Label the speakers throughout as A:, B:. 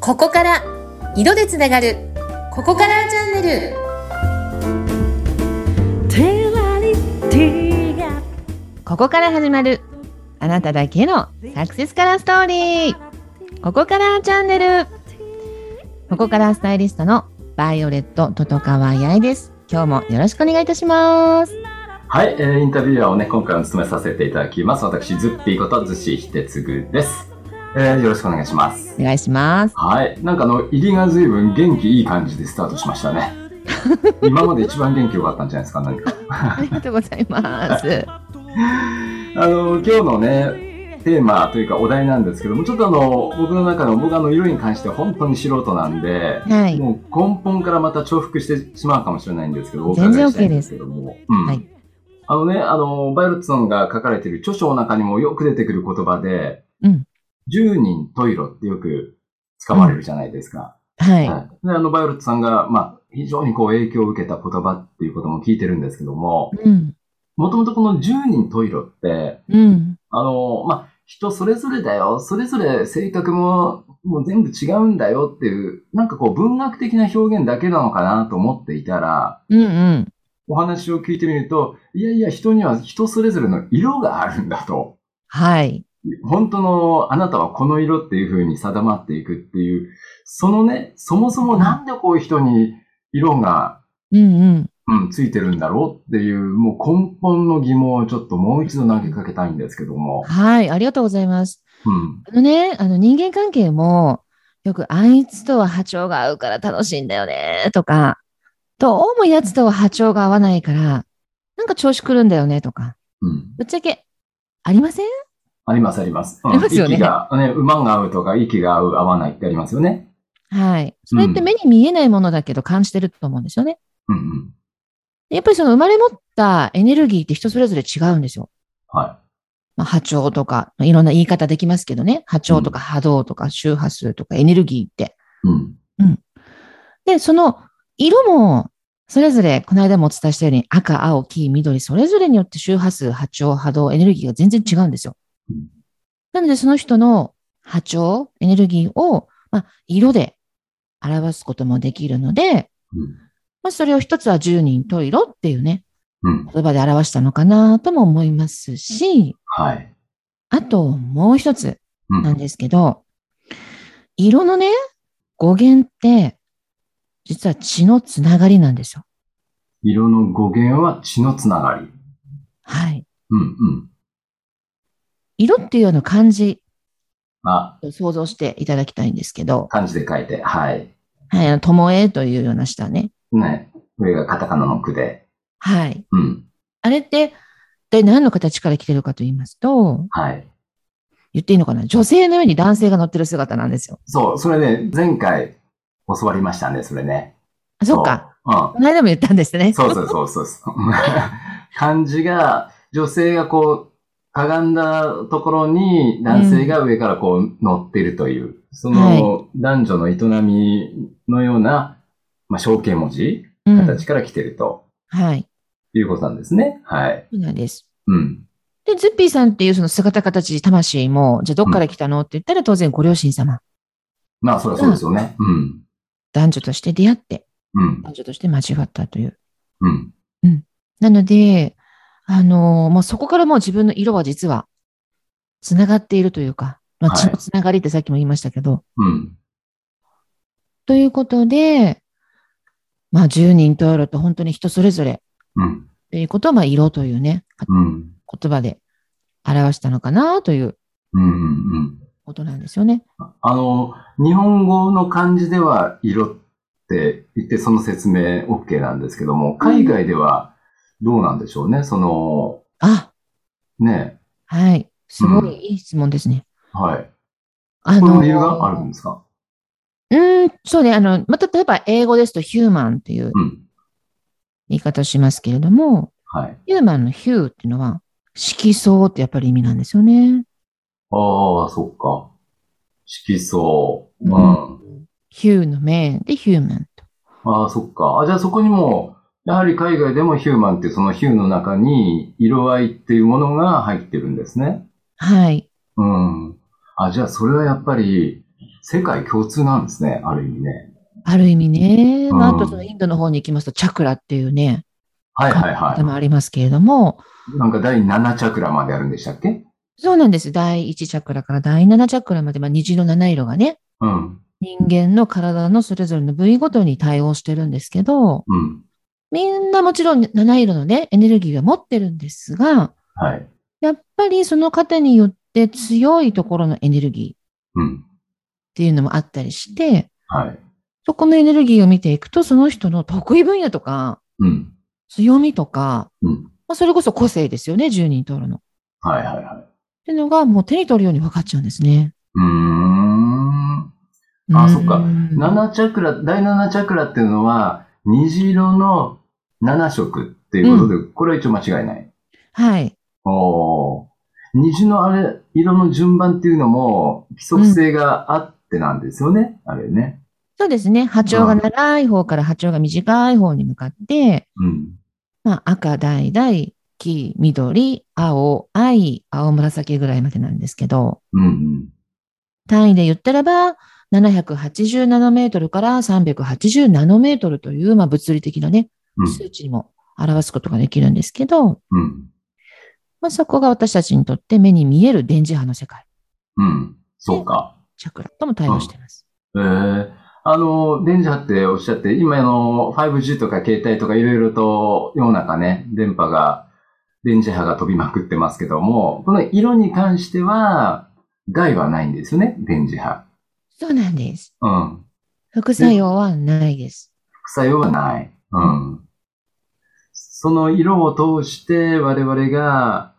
A: ここから色でつながるここからチャンネル
B: テラリティが
C: ここから始まるあなただけのサクセスカラーストーリーここからチャンネルここからスタイリストのバイオレットトトカワヤイです今日もよろしくお願いいたします
D: はい、えーインタビュアーをね、今回も務めさせていただきます。私、ズッピーこと、ズシヒテツグです。えーよろしくお願いします。
C: お願いします
D: はい、なんかあの、入りが随分元気いい感じでスタートしましたね。今まで一番元気良かったんじゃないですか、何か。
C: ありがとうござい ます
D: あの、今日のね、テーマというかお題なんですけども、ちょっとあの、僕の中の、僕あの、色に関しては本当に素人なんで、
C: はい
D: もう根本からまた重複してしまうかもしれないんですけど、お
C: 全然
D: 伺いしたいんですけども。うん
C: はい
D: あのね、あの、バイオレットさんが書かれている著書の中にもよく出てくる言葉で、
C: うん
D: 10人トイロってよく使われるじゃないですか。
C: はい
D: はいであの、バイオレットさんが、まあ、非常にこう影響を受けた言葉っていうことも聞いてるんですけども、
C: うん
D: もともとこの10人トイロって、
C: うん
D: あの、まあ、人それぞれだよ。それぞれ性格も、もう全部違うんだよっていう、なんかこう文学的な表現だけなのかなと思っていたら、
C: うんうん
D: お話を聞いてみると、いやいや、人には人それぞれの色があるんだと。
C: はい
D: 本当のあなたはこの色っていう風に定まっていくっていう、そのね、そもそもなんでこういう人に色が、
C: うんうん
D: うん、ついてるんだろうっていう、もう根本の疑問をちょっともう一度投げかけたいんですけども。
C: はいありがとうございます
D: うん。
C: あのね、あの人間関係も、よくあいつとは波長が合うから楽しいんだよね、とか、どうもやつとは波長が合わないから、なんか調子くるんだよね、とか、
D: うん。
C: ぶっちゃけ、ありません
D: ありますあります。うん
C: ありますよね
D: 息が、ね、馬が合うとか、息が合う、合わないってありますよね。
C: はい。それって目に見えないものだけど感じてると思うんですよね。
D: うんうん。
C: やっぱりその生まれ持ったエネルギーって人それぞれ違うんですよ。
D: は
C: まあ、波長とか、いろんな言い方できますけどね。波長とか波動とか周波数とかエネルギーって。
D: い。うん。
C: で、その色も、それぞれ、この間もお伝えしたように、赤、青、黄、緑、それぞれによって周波数、波長、波動、エネルギーが全然違うんですよ
D: うん。
C: なので、その人の波長、エネルギーを、まあ、色で表すこともできるので、
D: うん
C: まあ、それを一つは十人十色っていうね、
D: うん。
C: 言葉で表したのかなとも思いますし、
D: はい。
C: あともう一つ
D: う
C: なん
D: ん。
C: ですけど、色のね、語源って、実は血のつながりなんですよ。
D: 色の語源は血のつながり。
C: はい。
D: うんうん。
C: 色っていうあの漢字
D: あ、
C: を想像していただきたいんですけど、
D: 漢字で書いて、はい。
C: はい、あの、ともえというような下ね。
D: ね。上がカタカナの句で。
C: はい。
D: うん。
C: あれって、一体何の形から来てるかと言いますと、
D: はい。
C: 言っていいのかな女性の上に男性が乗ってる姿なんですよ。
D: そう、それね、前回教わりましたね、それね。
C: あ、そっか。
D: そう。
C: この間も言ったんです
D: う
C: ね
D: ん。。そうそうそうそうそう。漢字が、女性がこう、かがんだところに男性が上からこう乗ってるという、その男女の営みのような、まあ、象形文字、
C: うん。はい。
D: 形から来てると
C: そ
D: いうことなんですね。はい。
C: うなんです。
D: うん。
C: で、ズッピーさんっていうその姿形、魂も、じゃあどっから来たのって言ったら当然ご両親様。
D: まあ、そりゃそうですよね。うん。
C: 男女として出会って、
D: うん。
C: 男女として交わったという。
D: うん。
C: なので、あのもうそこからもう自分の色は実は、つながっているというか、まあ、
D: はい
C: 血のつながりってさっきも言いましたけど、
D: うん。
C: ということで、まあ、十人十色と本当に人それぞれ
D: うん。
C: ということを、まあ、色というね、
D: うん。
C: 言葉で表したのかなという
D: うん。うん。
C: ことなんですよね。
D: あの、日本語の漢字では色って言ってその説明 OK なんですけども、海外ではどうなんでしょうね。その、
C: あ、
D: ね、
C: はい。すご
D: うん
C: いいい質問ですね。
D: はい。
C: あ
D: こ
C: の
D: の理由があるんですか
C: うん、そうね。あの、また例えば英語ですとヒューマンという
D: うん。
C: 言い方をしますけれども、
D: はい。
C: ヒューマンのヒューっていうのは、色相ってやっぱり意味なんですよね。
D: ああ、そっか。色相。う
C: うん
D: ん。
C: ヒューの面でヒューマンと。
D: ああ、そっか。あ、じゃあそこにも、やはり海外でもヒューマンっていうそのヒューの中に色合いっていうものが入ってるんですね。
C: はい。
D: うん。あ、じゃあそれはやっぱり、世界共通なんですね、ある意味ね。
C: ある意味ね。まあ、
D: うん
C: あとそのインドの方に行きますと、チャクラっていうね、
D: はいはい
C: 方も
D: は
C: ありますけれども、
D: い。なんか第7チャクラまであるんでしたっけ
C: そうなんです。第1チャクラから第7チャクラまで、まあ、虹の七色がね、
D: うん。
C: 人間の体のそれぞれの部位ごとに対応してるんですけど、
D: うん。
C: みんなもちろん七色のね、エネルギーは持ってるんですが、
D: はい。
C: やっぱりその方によって強いところのエネルギーっ
D: うん。
C: ていうのもあったりして、
D: はい。
C: そこのエネルギーを見ていくと、その人の得意分野とか、
D: うん。
C: 強みとか、
D: うん。
C: まあ、それこそ個性ですよね、10人通るの。っ
D: はいはいはい。
C: ていうのがもう手に取るように分かっちゃうんですね。
D: うーん。あ
C: うん
D: そっか7チャクラ、第7チャクラっていうのは、虹色の7色っていうことで、これは一応間違いない。
C: はい。
D: おー虹のあれ、色の順番っていうのも、規則性があってなんですよね、あれね。
C: そうですね。波長が長い方から波長が短い方に向かって、
D: うん。
C: まあ、赤、橙、黄、緑、青、藍、青紫ぐらいまでなんですけど、
D: うんうん。
C: 単位で言ったらば、780ナノメートルから380ナノメートルという、まあ、物理的なね、
D: うん。
C: 数値にも表すことができるんですけど、
D: うん。
C: まあ、そこが私たちにとって目に見える電磁波の世界、
D: うん。そうか。
C: チャクラとも対応しています。
D: えー、あの、電磁波っておっしゃって、今あの 5G とか携帯とかいろいろと世の中ね、電波が、電磁波が飛びまくってますけども、この色に関しては、害はないんですよね、電磁波。
C: そうなんです。
D: うん。
C: 副作用はないです。
D: 副作用はない。うん。その色を通して我々が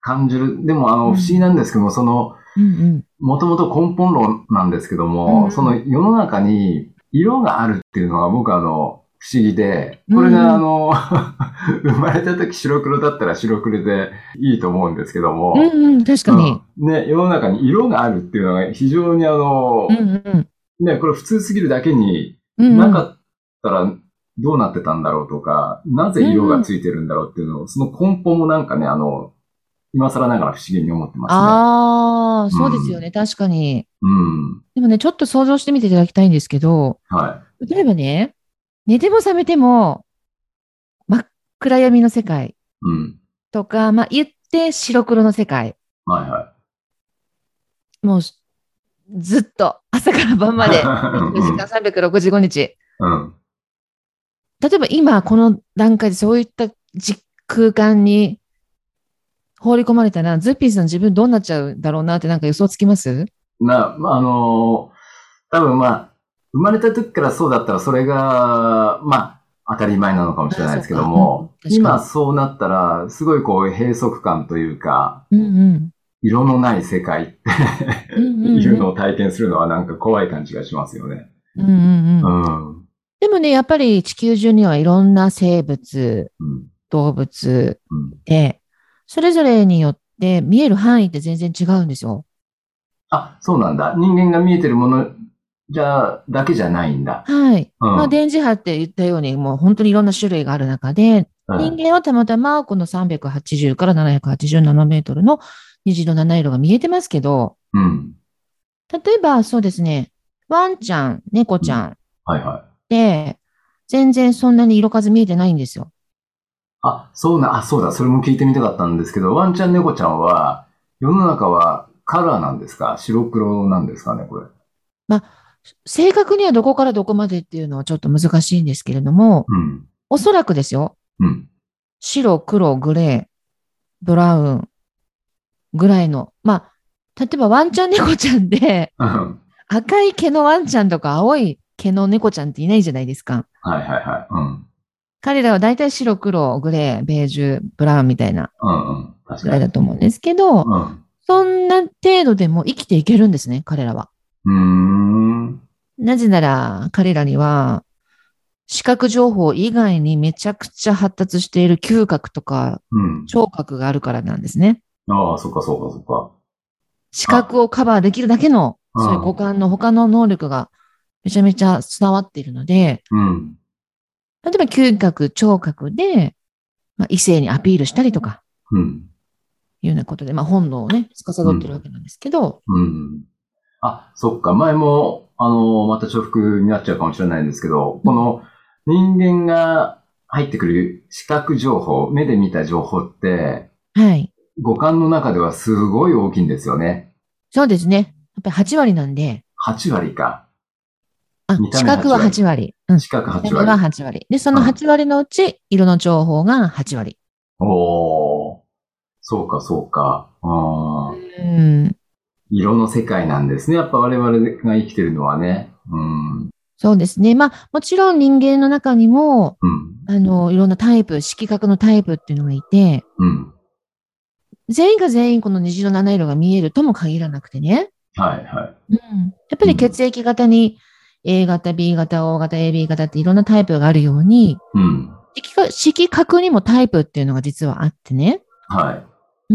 D: 感じる。でもあの、不思議なんですけども、その、
C: うん
D: もともと根本論なんですけども、
C: うん
D: その世の中に色があるっていうのは僕あの、不思議で、これがあの、 生まれた時白黒だったら白黒でいいと思うんですけども、
C: うん。うんうん、確かに。
D: うんね、世の中に色があるっていうのが非常にあの、
C: うんうん
D: ね、これ普通すぎるだけに、
C: うんうん。
D: なかったらどうなってたんだろうとか、なぜ色がついてるんだろうっていうのを、その根本もなんかね、あの、今更ながら不思議に思ってますね。
C: ああ、そうですよね、確かに。
D: うん。
C: でもね、ちょっと想像してみていただきたいんですけど、
D: はい。
C: 例えばね、寝ても覚めても、真っ暗闇の世界
D: うん。
C: とか、まあ言って白黒の世界。
D: はいは
C: もう、ずっと、朝から晩まで、
D: うん
C: 24時間365日。
D: い。うん。
C: 例えば今、この段階でそういった時空間に放り込まれたら、ズッピーさん自分どうなっちゃうだろうなってなんか予想つきます
D: な、まあ、あのー多分まあ、生まれた時からそうだったら、それが、まあ、当たり前なのかもしれないですけども、
C: あそうかうん確かに
D: 今そうなったら、すごいこう、閉塞感というか、
C: うんうん。
D: 色のない世界って
C: うんうんうん
D: いうのを体験するのはなんか怖い感じがしますよね。
C: うんうん
D: う
C: うん。
D: ん。うん。
C: でもね、やっぱり地球中にはいろんな生物、動物
D: うん
C: で、それぞれによって見える範囲って全然違うんですよ。
D: あ、そうなんだ。人間が見えてるものじゃ、だけじゃないんだ。
C: はい。
D: うん。
C: まあ、電磁波って言ったように、もう本当にいろんな種類がある中で、
D: うん
C: 人間はたまたまこの380から780ナノメートルの虹の七色が見えてますけど、
D: うん。
C: 例えばそうですね、ワンちゃん、猫ちゃんっ
D: はいはい。
C: て、全然そんなに色数見えてないんですよ。
D: あ、そうな、あ、そうだ、それも聞いてみたかったんですけど、ワンちゃん猫ちゃんは、世の中はカラーなんですか白黒なんですかね、これ。
C: 正確にはどこからどこまでっていうのはちょっと難しいんですけれども、
D: うん。
C: おそらくですよ、
D: うん。
C: 白、黒、グレー、ブラウンぐらいの、まあ、例えばワンちゃん猫ちゃんで、
D: はい
C: 赤い毛のワンちゃんとか青い毛の猫ちゃんっていないじゃないですか。
D: はいはい。うん。
C: 彼らは大体白、黒、グレー、ベージュ、ブラウンみたいな
D: うんうん。確
C: ぐら
D: か
C: い
D: に。
C: だと思うんですけど、そんな程度でも生きていけるんですね、彼らは。
D: うん。うーん。
C: なぜなら彼らには、視覚情報以外にめちゃくちゃ発達している嗅覚とか
D: うん。
C: 聴覚があるからなんですね。
D: ああ、そっかそっかそっか。
C: 視覚をカバーできるだけの、
D: うん
C: そういう五感の他の能力がめちゃめちゃ伝わっているので、
D: うん。
C: 例えば嗅覚、聴覚で、まあ、異性にアピールしたりとか、
D: うん。
C: いうようなことで、まあ、本能をね、司ってるわけなんですけど、
D: うん。あ、そっか。前も、あの、また重複になっちゃうかもしれないんですけど、この人間が入ってくる視覚情報、目で見た情報って、
C: はい。
D: 五感の中ではすごい大きいんですよね。
C: そうですね。やっぱり8割なんで、
D: 8割か。
C: あ、
D: 見た
C: 視
D: 目
C: 覚は8
D: 8
C: 割。うん。
D: 視覚
C: 見た
D: 8
C: 目が
D: 割。
C: 8割。で、その8割のうち、色の情報が8割。
D: おー。そうか、そうか。うん。
C: うん。
D: 色の世界なんですね。やっぱ我々が生きてるのはね。うん。
C: そうですね。まあ、もちろん人間の中にも、
D: うん。
C: あの、いろんなタイプ、色覚のタイプっていうのがいて、
D: うん。
C: 全員が全員この虹の七色が見えるとも限らなくてね。
D: はい、はい。
C: うん。やっぱり血液型に A 型、B 型、O 型、AB 型っていろんなタイプがあるように、
D: うん。
C: 色覚色覚にもタイプっていうのが実はあってね。
D: はい。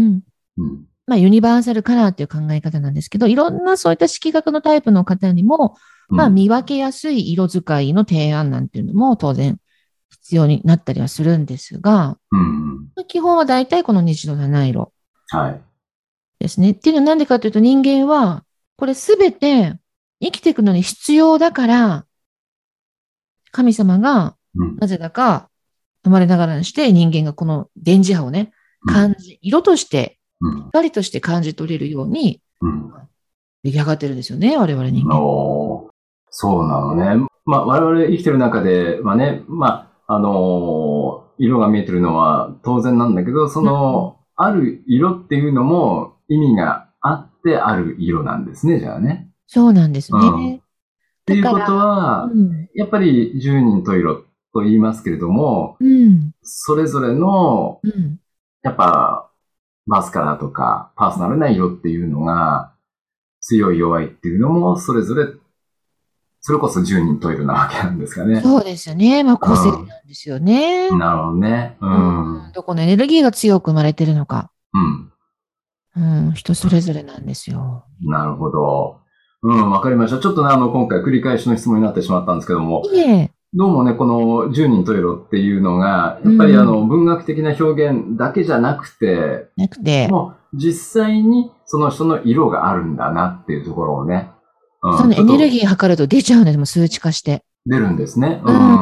C: うん。
D: うん。
C: まあ、ユニバーサルカラーっていう考え方なんですけど、いろんなそういった色覚のタイプの方にも、まあ、
D: うん
C: 見分けやすい色使いの提案なんていうのも当然必要になったりはするんですが、
D: うん。
C: 基本は大体この虹の七色
D: はい。
C: ですね。っていうのはなんでかというと人間は、これすべて生きていくのに必要だから、神様が
D: うん
C: なぜだか生まれながらにして人間がこの電磁波をね、感じ、色として、
D: うん。
C: 光として感じ取れるように
D: うん。
C: 出来上がってるんですよね、我々人間。
D: おーそうなのね。まあ、我々生きてる中ではね、まあ、あのー色が見えてるのは当然なんだけど、その、ある色っていうのも意味があってある色なんですね、じゃあね。
C: そうなんです
D: うん
C: ね。
D: っていう
C: だ
D: こ
C: から
D: とは
C: う、ん。
D: やっぱり十人十色と言いますけれども、
C: うん。
D: それぞれの、
C: うん。
D: やっぱ、マスカラとか、パーソナルな色っていうのが、強い弱いっていうのも、それぞれ、それこそ十人十色なわけなんですかね。
C: そうですよね。まあ、個性なんですよね。
D: なるほどね。う
C: うん
D: ん。
C: どこのエネルギーが強く生まれてるのか。
D: うん。
C: うん、人それぞれなんですよ。
D: なるほど。うん、わかりました。ちょっとね、あの、今回繰り返しの質問になってしまったんですけども、
C: いえ、
D: どうもね、この十人十色っていうのが、やっぱり
C: うん
D: あの、文学的な表現だけじゃなくて、
C: なくて。
D: もう実際にその人の色があるんだなっていうところをね、うん
C: そのエネル
D: ー
C: ギー測ると出ちゃうんです、もう数値化して。
D: 出るんですね。う。
C: うん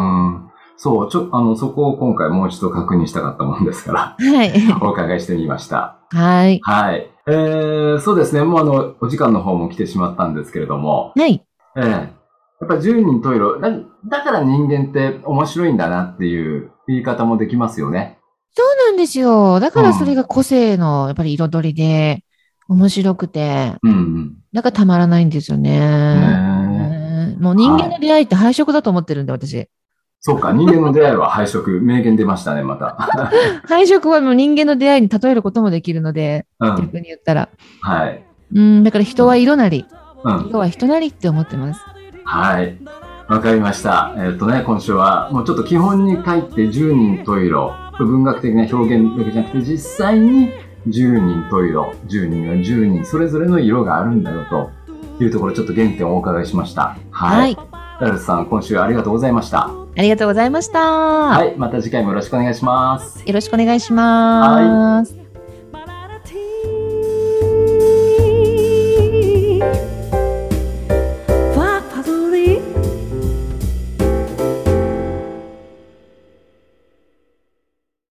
D: そう、ちょ、あの、そこを今回もう一度確認したかったもんですから、
C: はい。
D: お伺いしてみました。
C: はい。
D: はい。えー、そうですね。もうあの、お時間の方も来てしまったんですけれども、
C: はい。
D: ええやっぱ十人十色だ、だから人間って面白いんだなっていう言い方もできますよね。
C: そうなんですよ。だからそれが個性の、やっぱり彩りで、面白くて、
D: うん
C: だからたまらないんですよ
D: うん。
C: ね。
D: ねえ
C: うんもう人間の出会いって配色だと思ってるんで、私。
D: そうか、人間の出会いは配色、名言出ましたね、また。
C: 配色はもう人間の出会いに例えることもできるので、
D: うん。
C: 逆に言ったら。
D: はい。
C: うん、だから人は色なり。
D: うん。
C: 色は人なりって思ってます。
D: はい。わかりました。えっ、とね、今週は、もうちょっと基本に書いて十人十色、文学的な表現だけじゃなくて、実際に十人十色、十人は十人、それぞれの色があるんだよというところ、ちょっと原点をお伺いしました。
C: は
D: はいい。。ラルスさん、今週ありがとうございました。
C: ありがとうございました。
D: はい。また次回もよろしくお願いします。
C: よろしくお願いします。